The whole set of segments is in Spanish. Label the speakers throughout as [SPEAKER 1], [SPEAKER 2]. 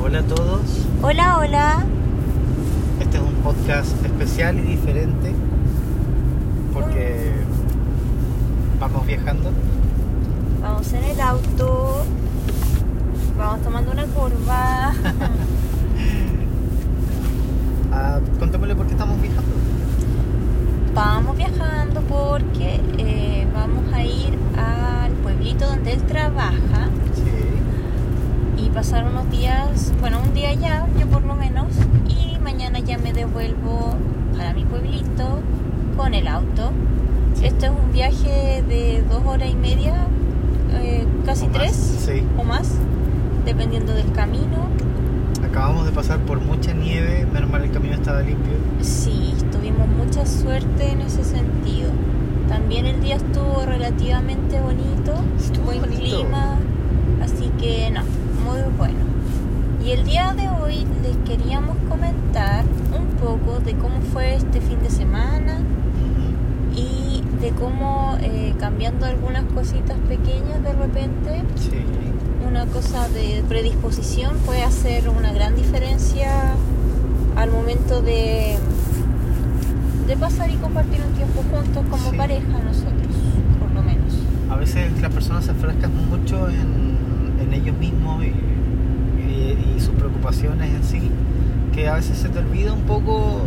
[SPEAKER 1] Hola a todos.
[SPEAKER 2] Hola, hola.
[SPEAKER 1] Este es un podcast especial y diferente porque vamos viajando.
[SPEAKER 2] Vamos en el auto. Vamos tomando una curva.
[SPEAKER 1] Ah, contémosle por qué estamos viajando.
[SPEAKER 2] vamos viajando porque eh, vamos a ir al pueblito donde él trabaja
[SPEAKER 1] Sí.
[SPEAKER 2] y pasar unos días, bueno, un día ya, yo por lo menos, y mañana ya me devuelvo para mi pueblito con el auto. Este es un viaje de dos horas y media, eh, casi
[SPEAKER 1] O más,
[SPEAKER 2] tres
[SPEAKER 1] sí.
[SPEAKER 2] o más, dependiendo del camino.
[SPEAKER 1] Acabamos de pasar por mucha nieve, menos mal el camino estaba limpio.
[SPEAKER 2] Sí, tuvimos mucha suerte en ese sentido. También el día estuvo relativamente bonito,
[SPEAKER 1] Estuvo
[SPEAKER 2] buen
[SPEAKER 1] bonito.
[SPEAKER 2] clima, así que no, muy bueno. Y el día de hoy les queríamos comentar un poco de cómo fue este fin de semana
[SPEAKER 1] Ujú.
[SPEAKER 2] y de cómo eh, cambiando algunas cositas pequeñas de repente,
[SPEAKER 1] Sí.
[SPEAKER 2] una cosa de predisposición puede hacer una gran diferencia al momento de, de pasar y compartir un tiempo juntos como
[SPEAKER 1] Sí.
[SPEAKER 2] pareja nosotros, por lo menos.
[SPEAKER 1] A veces las personas se enfrascan mucho en, en ellos mismos y, y- y sus preocupaciones en sí, que a veces se te olvida un poco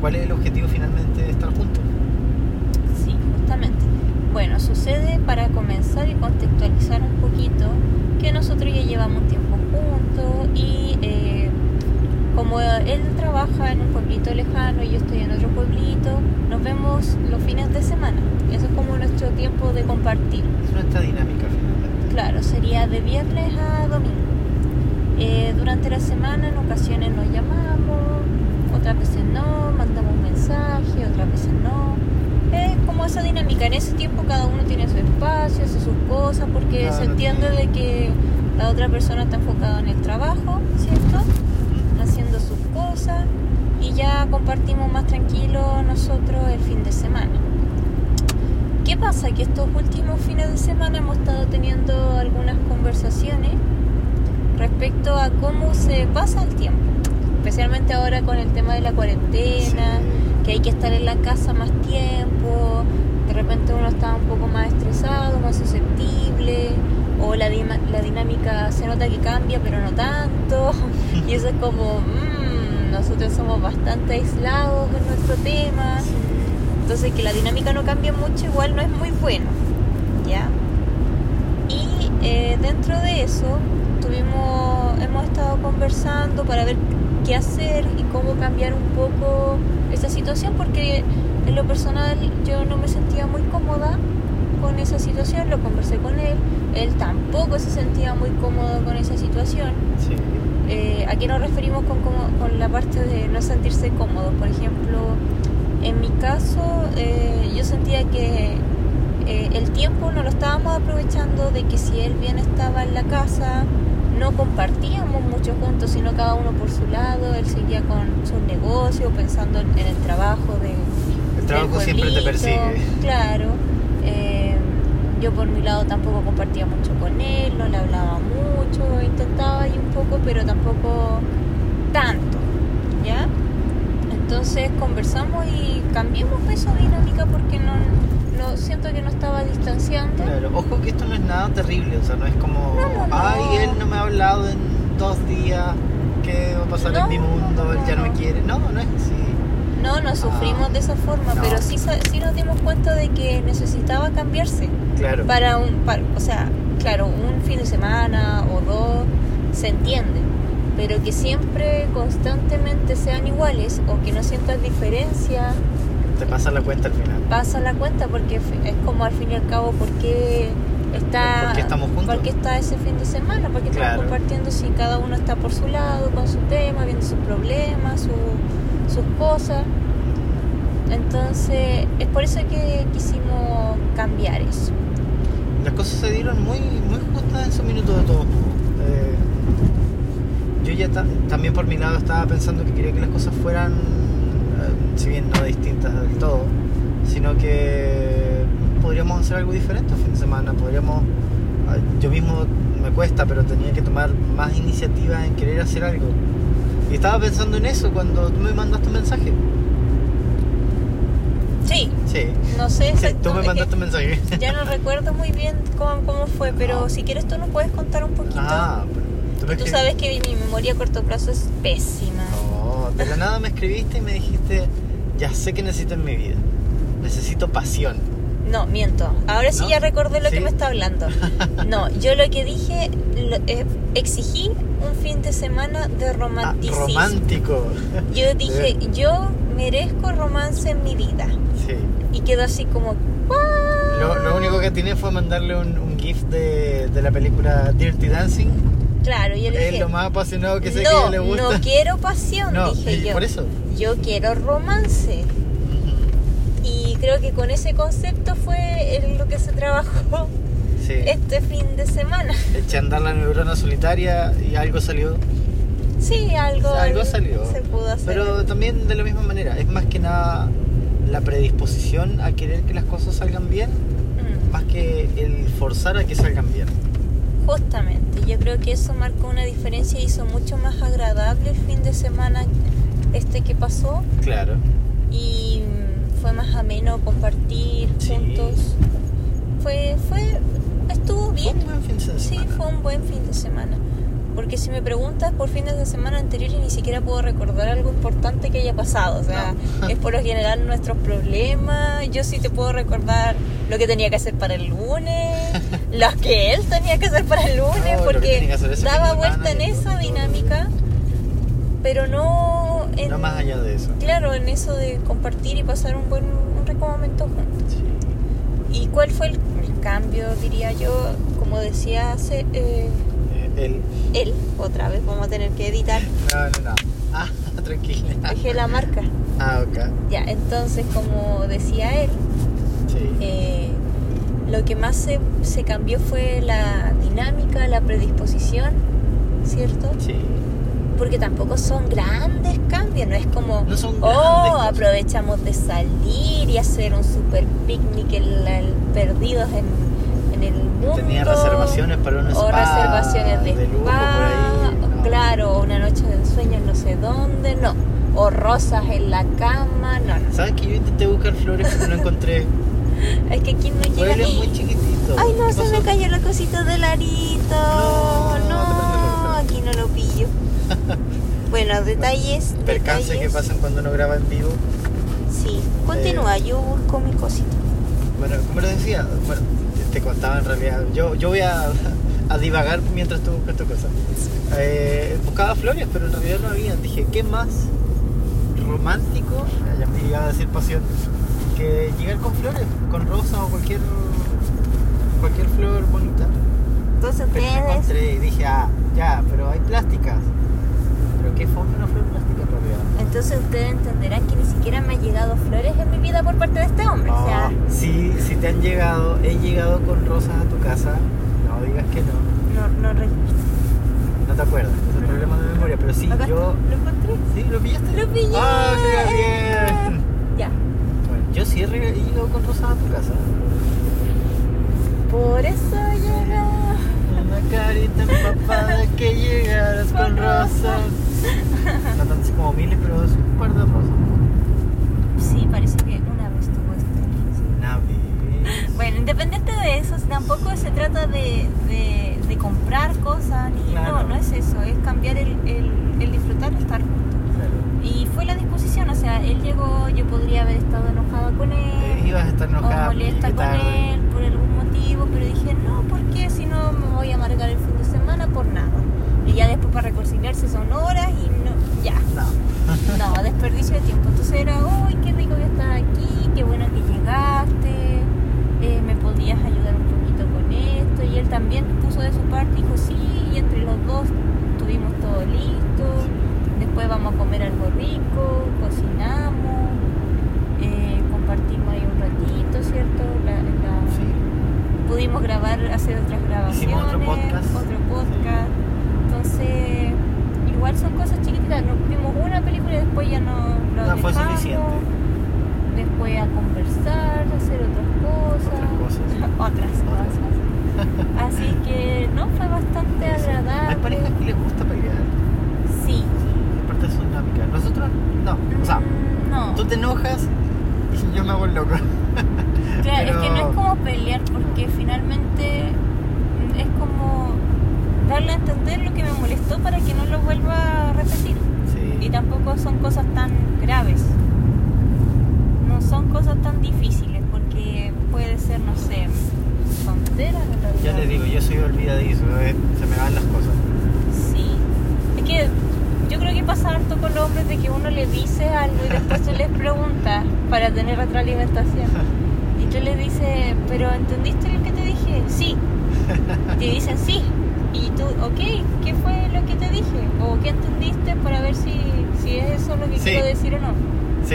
[SPEAKER 1] cuál es el objetivo finalmente de estar juntos.
[SPEAKER 2] Sí, justamente. Bueno, sucede para comenzar y contextualizar un poquito que nosotros ya llevamos tiempo juntos y eh, como él trabaja en un pueblito lejano y yo estoy en otro pueblito, nos vemos los fines de semana. Eso es como nuestro tiempo de compartir.
[SPEAKER 1] Es nuestra dinámica finalmente.
[SPEAKER 2] Claro, sería de viernes a domingo. Eh, durante la semana en ocasiones nos llamamos, otras veces no, mandamos mensajes, otras veces no. Es como esa dinámica, en ese tiempo cada uno tiene su espacio, hace sus cosas, porque se
[SPEAKER 1] Claro,
[SPEAKER 2] entiende de
[SPEAKER 1] tiene-
[SPEAKER 2] que la otra persona está enfocada en el trabajo, ¿cierto? Haciendo sus cosas y ya compartimos más tranquilo nosotros el fin de semana. ¿Qué pasa? Que estos últimos fines de semana hemos estado teniendo algunas conversaciones respecto a cómo se pasa el tiempo, especialmente ahora con el tema de la cuarentena,
[SPEAKER 1] Sí.
[SPEAKER 2] que hay que estar en la casa más tiempo, de repente uno está un poco más estresado, más susceptible, o la, dima- la dinámica se nota que cambia, pero no tanto, y eso es como, "Mm, nosotros somos bastante aislados en nuestro tema. Entonces que la dinámica no cambie mucho igual no es muy bueno, ¿ya? Y eh, dentro de eso tuvimos, hemos estado conversando para ver qué hacer y cómo cambiar un poco esa situación porque en lo personal yo no me sentía muy cómoda con esa situación, lo conversé con él, él tampoco se sentía muy cómodo con esa situación.
[SPEAKER 1] Sí.
[SPEAKER 2] Eh, ¿A qué nos referimos con, cómo- con la parte de no sentirse cómodo? Por ejemplo, en mi caso eh, yo sentía que eh, el tiempo no lo estábamos aprovechando de que si él bien estaba en la casa, no compartíamos mucho juntos, sino cada uno por su lado, él seguía con sus negocios, pensando en en el trabajo de,
[SPEAKER 1] El trabajo
[SPEAKER 2] del
[SPEAKER 1] siempre te
[SPEAKER 2] pueblito,
[SPEAKER 1] persigue.
[SPEAKER 2] Claro. Eh, yo por mi lado tampoco compartía mucho con él, no le hablaba mucho, intentaba ahí un poco, pero tampoco tanto, ¿ya? Entonces conversamos y cambiamos esa dinámica porque no, no siento que no estaba distanciando.
[SPEAKER 1] Claro, ojo que esto no es nada terrible, o sea, no es como,
[SPEAKER 2] No, no, no.
[SPEAKER 1] ay, él no me ha hablado en dos días, ¿qué va a pasar
[SPEAKER 2] No,
[SPEAKER 1] en mi mundo?
[SPEAKER 2] no,
[SPEAKER 1] él ya no me
[SPEAKER 2] no.
[SPEAKER 1] quiere. No, no es así.
[SPEAKER 2] No, no sufrimos
[SPEAKER 1] Ah,
[SPEAKER 2] de esa forma,
[SPEAKER 1] no.
[SPEAKER 2] pero sí, sa- sí nos dimos cuenta de que necesitaba cambiarse.
[SPEAKER 1] Claro,
[SPEAKER 2] para un para- o sea claro un fin de semana o dos se entiende pero que siempre constantemente sean iguales o que no sientas diferencia
[SPEAKER 1] te pasa la cuenta al final.
[SPEAKER 2] pasa la cuenta porque f- es como al fin y al cabo por qué está
[SPEAKER 1] ¿Por qué estamos juntos?
[SPEAKER 2] por qué está ese fin de semana porque
[SPEAKER 1] Claro.
[SPEAKER 2] estamos compartiendo si cada uno está por su lado con su tema viendo sus problemas su- sus cosas entonces es por eso que quisimos cambiar eso
[SPEAKER 1] Las cosas se dieron muy, muy justas en su minuto de todo. Eh, yo ya ta- también por mi lado estaba pensando que quería que las cosas fueran, eh, si bien no distintas del todo, sino que podríamos hacer algo diferente el fin de semana. Podríamos, ah, eh, yo mismo me me cuesta, pero tenía que tomar más iniciativa en querer hacer algo. Y estaba pensando en eso cuando tú me mandaste un mensaje.
[SPEAKER 2] Sí,
[SPEAKER 1] Sí.
[SPEAKER 2] no sé
[SPEAKER 1] Sí,
[SPEAKER 2] exacto-
[SPEAKER 1] tú me
[SPEAKER 2] es que
[SPEAKER 1] mandaste un mensaje.
[SPEAKER 2] Ya no recuerdo muy bien cómo, cómo fue, pero
[SPEAKER 1] Ah.
[SPEAKER 2] si quieres tú nos puedes contar un poquito.
[SPEAKER 1] Ah, pero tú me
[SPEAKER 2] Tú
[SPEAKER 1] escribiste-
[SPEAKER 2] sabes que mi memoria a corto plazo es pésima.
[SPEAKER 1] No, de la nada me escribiste y me dijiste, ya sé que necesito en mi vida. Necesito pasión.
[SPEAKER 2] No, miento. Ahora sí
[SPEAKER 1] ¿No?
[SPEAKER 2] ya recordé lo
[SPEAKER 1] Sí.
[SPEAKER 2] que me está hablando. No, yo lo que dije, lo- eh, exigí un fin de semana de
[SPEAKER 1] Ah,
[SPEAKER 2] romanticismo.
[SPEAKER 1] romántico.
[SPEAKER 2] yo dije, yo merezco romance en mi vida.
[SPEAKER 1] Sí.
[SPEAKER 2] Y quedó así como,
[SPEAKER 1] Lo, lo único que tiene fue mandarle un, un GIF de, de la película Dirty Dancing.
[SPEAKER 2] claro, yo le
[SPEAKER 1] Es
[SPEAKER 2] dije,
[SPEAKER 1] lo más apasionado que sé
[SPEAKER 2] no,
[SPEAKER 1] que le gusta.
[SPEAKER 2] no quiero pasión,
[SPEAKER 1] No,
[SPEAKER 2] dije
[SPEAKER 1] y
[SPEAKER 2] yo.
[SPEAKER 1] por eso.
[SPEAKER 2] Yo quiero romance. Y creo que con ese concepto fue en lo que se trabajó
[SPEAKER 1] Sí.
[SPEAKER 2] este fin de semana.
[SPEAKER 1] Eché a andar la neurona solitaria y algo salió.
[SPEAKER 2] Sí, algo,
[SPEAKER 1] Algo salió.
[SPEAKER 2] se pudo hacer.
[SPEAKER 1] Pero también de la misma manera. Es más que nada la predisposición a querer que las cosas salgan bien,
[SPEAKER 2] Mm,
[SPEAKER 1] más que el forzar a que salgan bien.
[SPEAKER 2] Justamente, yo creo que eso marcó una diferencia y hizo mucho más agradable el fin de semana este que pasó
[SPEAKER 1] Claro.
[SPEAKER 2] y mm, fue más ameno compartir
[SPEAKER 1] Sí.
[SPEAKER 2] juntos. Fue, fue, estuvo
[SPEAKER 1] Fue
[SPEAKER 2] bien.
[SPEAKER 1] un buen fin de semana.
[SPEAKER 2] Sí, fue un buen fin de semana. Porque si me preguntas por fines de semana anteriores, ni siquiera puedo recordar algo importante que haya pasado. O sea, es por lo general nuestros problemas. Yo sí te puedo recordar lo que tenía que hacer para el lunes, lo que él tenía que hacer para el
[SPEAKER 1] No,
[SPEAKER 2] lunes,
[SPEAKER 1] lo que tenía que
[SPEAKER 2] porque
[SPEAKER 1] hacer ese
[SPEAKER 2] daba
[SPEAKER 1] fin de
[SPEAKER 2] vuelta
[SPEAKER 1] semana
[SPEAKER 2] en
[SPEAKER 1] y todo,
[SPEAKER 2] esa
[SPEAKER 1] todo, todo.
[SPEAKER 2] dinámica, pero no en.
[SPEAKER 1] No más allá de eso.
[SPEAKER 2] Claro, en eso de compartir y pasar un buen un rico momento juntos.
[SPEAKER 1] Sí.
[SPEAKER 2] ¿Y cuál fue el, el cambio, diría yo? Como decía hace, eh,
[SPEAKER 1] Eh, el-
[SPEAKER 2] él, otra vez vamos a tener que editar,
[SPEAKER 1] No, no, no. Ah, tranquila.
[SPEAKER 2] dejé la marca.
[SPEAKER 1] Ah, ok.
[SPEAKER 2] Ya, entonces como decía él,
[SPEAKER 1] Sí.
[SPEAKER 2] eh, lo que más se, se cambió fue la dinámica, la predisposición, ¿cierto?
[SPEAKER 1] Sí.
[SPEAKER 2] Porque tampoco son grandes cambios, no es como...
[SPEAKER 1] No son grandes
[SPEAKER 2] Oh,
[SPEAKER 1] cosas.
[SPEAKER 2] aprovechamos de salir y hacer un super picnic en la- en- perdidos en, en el mundo.
[SPEAKER 1] Tenía reservaciones para un spa.
[SPEAKER 2] o reservaciones de,
[SPEAKER 1] lujo por
[SPEAKER 2] spa,
[SPEAKER 1] ahí. no.
[SPEAKER 2] claro, o una noche de ensueño en no sé dónde, no, o rosas en la cama, no, no,
[SPEAKER 1] ¿Sabes que yo intenté buscar flores pero no encontré?
[SPEAKER 2] es que aquí no llega
[SPEAKER 1] Pueblo es muy chiquitito.
[SPEAKER 2] Ay, no,
[SPEAKER 1] ¿Qué
[SPEAKER 2] se me
[SPEAKER 1] pasó?
[SPEAKER 2] cayó la cosita del arito,
[SPEAKER 1] No,
[SPEAKER 2] no,
[SPEAKER 1] no,
[SPEAKER 2] aquí no lo pillo. Bueno, detalles,
[SPEAKER 1] Percances
[SPEAKER 2] detalles.
[SPEAKER 1] que pasan cuando uno graba en vivo.
[SPEAKER 2] Sí, continúa,
[SPEAKER 1] Eh,
[SPEAKER 2] yo busco mi cosita.
[SPEAKER 1] Bueno, como les decía, bueno, te- te contaba en realidad. Yo, yo voy a, a divagar mientras tú buscas tu cosa. Eh, buscaba flores, pero en realidad no había. Dije, ¿qué más romántico? Ya me iba a decir pasión. Que llegar con flores, con rosas o cualquier, cualquier flor bonita.
[SPEAKER 2] Entonces
[SPEAKER 1] Pero la
[SPEAKER 2] ustedes,
[SPEAKER 1] encontré y dije, ah, ya, pero hay plásticas. Pero qué fome una flor plástica en realidad.
[SPEAKER 2] entonces ustedes entenderán que ni siquiera me han llegado flores en mi vida por parte de este hombre, o
[SPEAKER 1] Ah.
[SPEAKER 2] sea,
[SPEAKER 1] Si, si te han llegado, he llegado con rosas a tu casa, no digas que no,
[SPEAKER 2] no, no re-
[SPEAKER 1] no te acuerdas, es un problema de memoria, pero sí,
[SPEAKER 2] Acá
[SPEAKER 1] yo...
[SPEAKER 2] está, lo encontré.
[SPEAKER 1] ¿Sí? ¿Lo pillaste?
[SPEAKER 2] Lo pillé.
[SPEAKER 1] ¡Ah, qué bien!
[SPEAKER 2] Ya.
[SPEAKER 1] Bueno, yo sí he rega- he llegado con rosas a tu casa.
[SPEAKER 2] Por eso llega.
[SPEAKER 1] Una carita empapada que llegaras con
[SPEAKER 2] Con
[SPEAKER 1] rosas. No tanto así como miles, pero es un par de rosas.
[SPEAKER 2] Sí, parece que una vez tuvo esto.
[SPEAKER 1] Navidad.
[SPEAKER 2] Bueno, independiente de eso, tampoco se trata de, de- de comprar cosas ni. No,
[SPEAKER 1] Claro.
[SPEAKER 2] no es eso, es cambiar el, el- el disfrutar, el estar juntos.
[SPEAKER 1] Claro.
[SPEAKER 2] Y fue la disposición, o sea, él llegó, yo podría haber estado enojada con
[SPEAKER 1] Eh,
[SPEAKER 2] él.
[SPEAKER 1] Ibas a estar
[SPEAKER 2] o
[SPEAKER 1] enojada.
[SPEAKER 2] molesta con
[SPEAKER 1] llegué tarde.
[SPEAKER 2] él por algún motivo, pero dije, no, porque Si no me voy a amargar el fin de semana por nada. Y ya después para reconciliarse son horas y no, ya.
[SPEAKER 1] No.
[SPEAKER 2] No, desperdicio de tiempo. Entonces era, uy, qué rico que estás aquí, qué bueno que llegaste, eh, me podías ayudar un poquito con esto. Y él también puso de su parte, dijo, sí, y entre los dos tuvimos todo listo. Después vamos a comer algo rico, cocinamos, eh, compartimos ahí un ratito, ¿cierto? La- la-
[SPEAKER 1] Sí.
[SPEAKER 2] Pudimos grabar, hacer otras grabaciones,
[SPEAKER 1] Hicimos otro podcast.
[SPEAKER 2] otro podcast. Entonces, igual son cosas chiquititas. Nos vimos una película y después ya no lo
[SPEAKER 1] No fue
[SPEAKER 2] dejamos.
[SPEAKER 1] suficiente.
[SPEAKER 2] Después a conversar, a hacer otras cosas.
[SPEAKER 1] Otras cosas.
[SPEAKER 2] Otras
[SPEAKER 1] Otras
[SPEAKER 2] cosas. Así que no fue bastante Mm,
[SPEAKER 1] te enojas y yo me hago el loco.
[SPEAKER 2] Claro,
[SPEAKER 1] Pero-
[SPEAKER 2] es que no es como pelear porque finalmente es como darle a entender lo que me molestó para que no lo vuelva a repetir. Y
[SPEAKER 1] Sí.
[SPEAKER 2] tampoco son cosas tan graves. No son cosas tan difíciles porque puede ser, no sé, tonteras en realidad.
[SPEAKER 1] Ya les digo, yo soy olvidadizo, eh, se me van las cosas.
[SPEAKER 2] Sí. Es que yo creo que pasa harto con los hombres de que uno le dice algo y después tú les preguntas para tener retroalimentación. Y tú les dices, pero ¿entendiste lo que te dije? Sí. Y te dicen sí. Y tú, ok, ¿qué fue lo que te dije? ¿O qué entendiste para ver si, si es eso lo que
[SPEAKER 1] Sí.
[SPEAKER 2] quiero decir o no?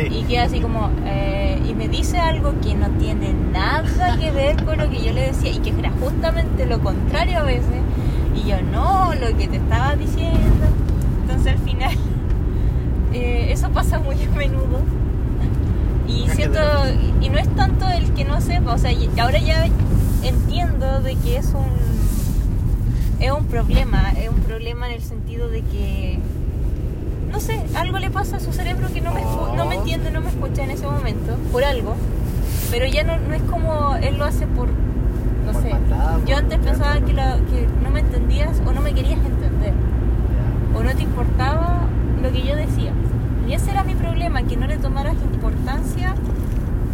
[SPEAKER 2] Y
[SPEAKER 1] Sí.
[SPEAKER 2] queda así como, eh, y me dice algo que no tiene nada que ver con lo que yo le decía y que era justamente lo contrario a veces. Y yo, no, lo que te estaba diciendo. Entonces al final, eh, eso pasa muy a menudo. Y
[SPEAKER 1] Es que
[SPEAKER 2] siento, y no es tanto el que no sepa, o sea, y ahora ya entiendo de que es un, es un problema, es un problema en el sentido de que no sé, algo le pasa a su cerebro que no me, escu-
[SPEAKER 1] Oh.
[SPEAKER 2] no me entiende, no me escucha en ese momento, por algo. Pero ya no, no es como él lo hace por, no
[SPEAKER 1] Por
[SPEAKER 2] sé.
[SPEAKER 1] maldad, por
[SPEAKER 2] Yo antes
[SPEAKER 1] pecado,
[SPEAKER 2] pensaba
[SPEAKER 1] por-
[SPEAKER 2] que, lo- que no me entendías o no me querías entender
[SPEAKER 1] Ya.
[SPEAKER 2] o no te importaba lo que yo decía. Y ese era mi problema, que no le tomaras importancia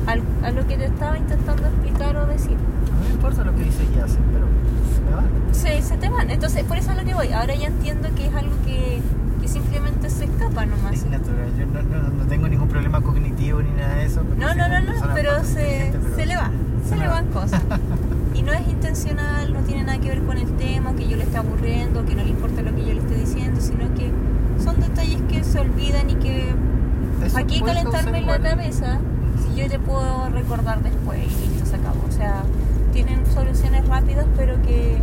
[SPEAKER 2] al- a lo que te estaba intentando explicar o decir.
[SPEAKER 1] No me importa lo que dice y hace, pero se me van.
[SPEAKER 2] se, se te van. Entonces, por eso es lo que voy. Ahora ya entiendo que es algo que, que simplemente se escapa nomás.
[SPEAKER 1] Es natural, yo no, no- no tengo ningún problema cognitivo ni nada de eso. porque
[SPEAKER 2] No,
[SPEAKER 1] soy
[SPEAKER 2] no,
[SPEAKER 1] una
[SPEAKER 2] no, no,
[SPEAKER 1] persona
[SPEAKER 2] pero
[SPEAKER 1] bastante
[SPEAKER 2] se,
[SPEAKER 1] inteligente, pero-
[SPEAKER 2] se le va, se
[SPEAKER 1] se
[SPEAKER 2] le
[SPEAKER 1] le
[SPEAKER 2] van cosas. Y no es intencional, no tiene nada que ver con el tema, que yo le esté aburriendo, que no le importa lo que yo le esté diciendo, sino que son detalles que se olvidan y que
[SPEAKER 1] Eso
[SPEAKER 2] aquí
[SPEAKER 1] puede
[SPEAKER 2] calentarme
[SPEAKER 1] causar
[SPEAKER 2] la
[SPEAKER 1] igual-
[SPEAKER 2] cabeza, si yo te puedo recordar después y listo, se acabó. O sea, tienen soluciones rápidas, pero que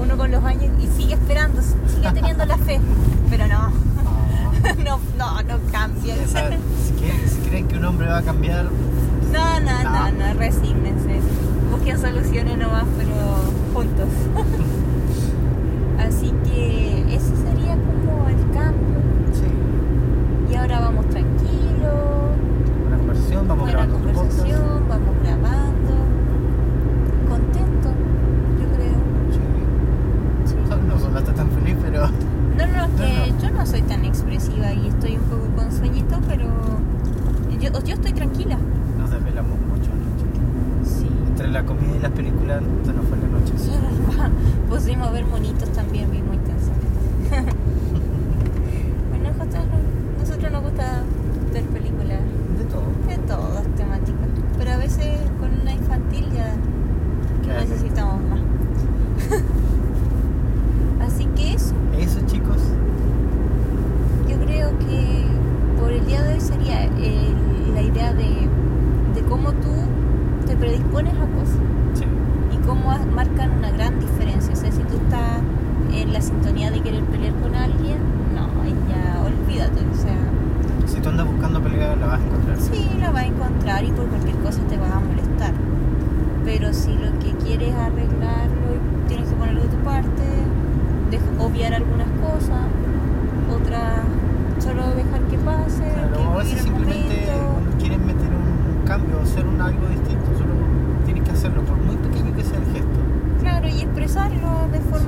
[SPEAKER 2] uno con los años y sigue esperando, sigue teniendo la fe, pero no,
[SPEAKER 1] Ah,
[SPEAKER 2] no, no, no cambia.
[SPEAKER 1] ya saben, si, creen, si creen que un hombre va a cambiar,
[SPEAKER 2] No, no, no,
[SPEAKER 1] No.
[SPEAKER 2] no, resígnense. Busquen soluciones nomás, pero juntos. Así que ese sería como el cambio.
[SPEAKER 1] sí,
[SPEAKER 2] Y ahora vamos tranquilos,
[SPEAKER 1] buena conversación, vamos
[SPEAKER 2] buena
[SPEAKER 1] grabando otro podcast.
[SPEAKER 2] conversación, vamos grabando. Contento, yo creo.
[SPEAKER 1] Sí. O sea, No sonaste tan feliz, pero
[SPEAKER 2] No, no, es que
[SPEAKER 1] No,
[SPEAKER 2] yo no soy tan expresiva y estoy un poco con sueñito, pero yo, yo estoy tranquila.
[SPEAKER 1] nos desvelamos mucho anoche.
[SPEAKER 2] Sí.
[SPEAKER 1] Entre la comida y las películas, se nos fue la noche.
[SPEAKER 2] Sí, es verdad. Pusimos a ver monitos también, vi muy tensa. bueno, nosotros, nosotros nos gusta ver películas
[SPEAKER 1] De todo.
[SPEAKER 2] de todas temáticas, pero a veces con una infantil ya
[SPEAKER 1] ¿Qué hay?
[SPEAKER 2] necesitamos más. Así que eso,
[SPEAKER 1] Eso, chicos,
[SPEAKER 2] yo creo que por el día de hoy sería el- la idea de, de cómo tú te predispones a cosas.
[SPEAKER 1] sí.
[SPEAKER 2] y cómo ha- marcan una gran diferencia. O sea, si tú estás en la sintonía de querer pelear con alguien, no, ahí ya olvídate. O sea,
[SPEAKER 1] si tú andas buscando pelea, la vas a encontrar.
[SPEAKER 2] sí, la vas a encontrar y por cualquier cosa te vas a molestar. Pero si lo que quieres es arreglarlo y tienes que ponerlo de tu parte, dej- obviar algunas cosas, otras solo dejar que pase,
[SPEAKER 1] Claro, o a
[SPEAKER 2] que
[SPEAKER 1] veces
[SPEAKER 2] vivir el
[SPEAKER 1] simplemente
[SPEAKER 2] momento.
[SPEAKER 1] quieren meter un cambio, hacer un algo distinto, solo tienes que hacerlo, por muy pequeño que sea el gesto.
[SPEAKER 2] Claro, y expresarlo de forma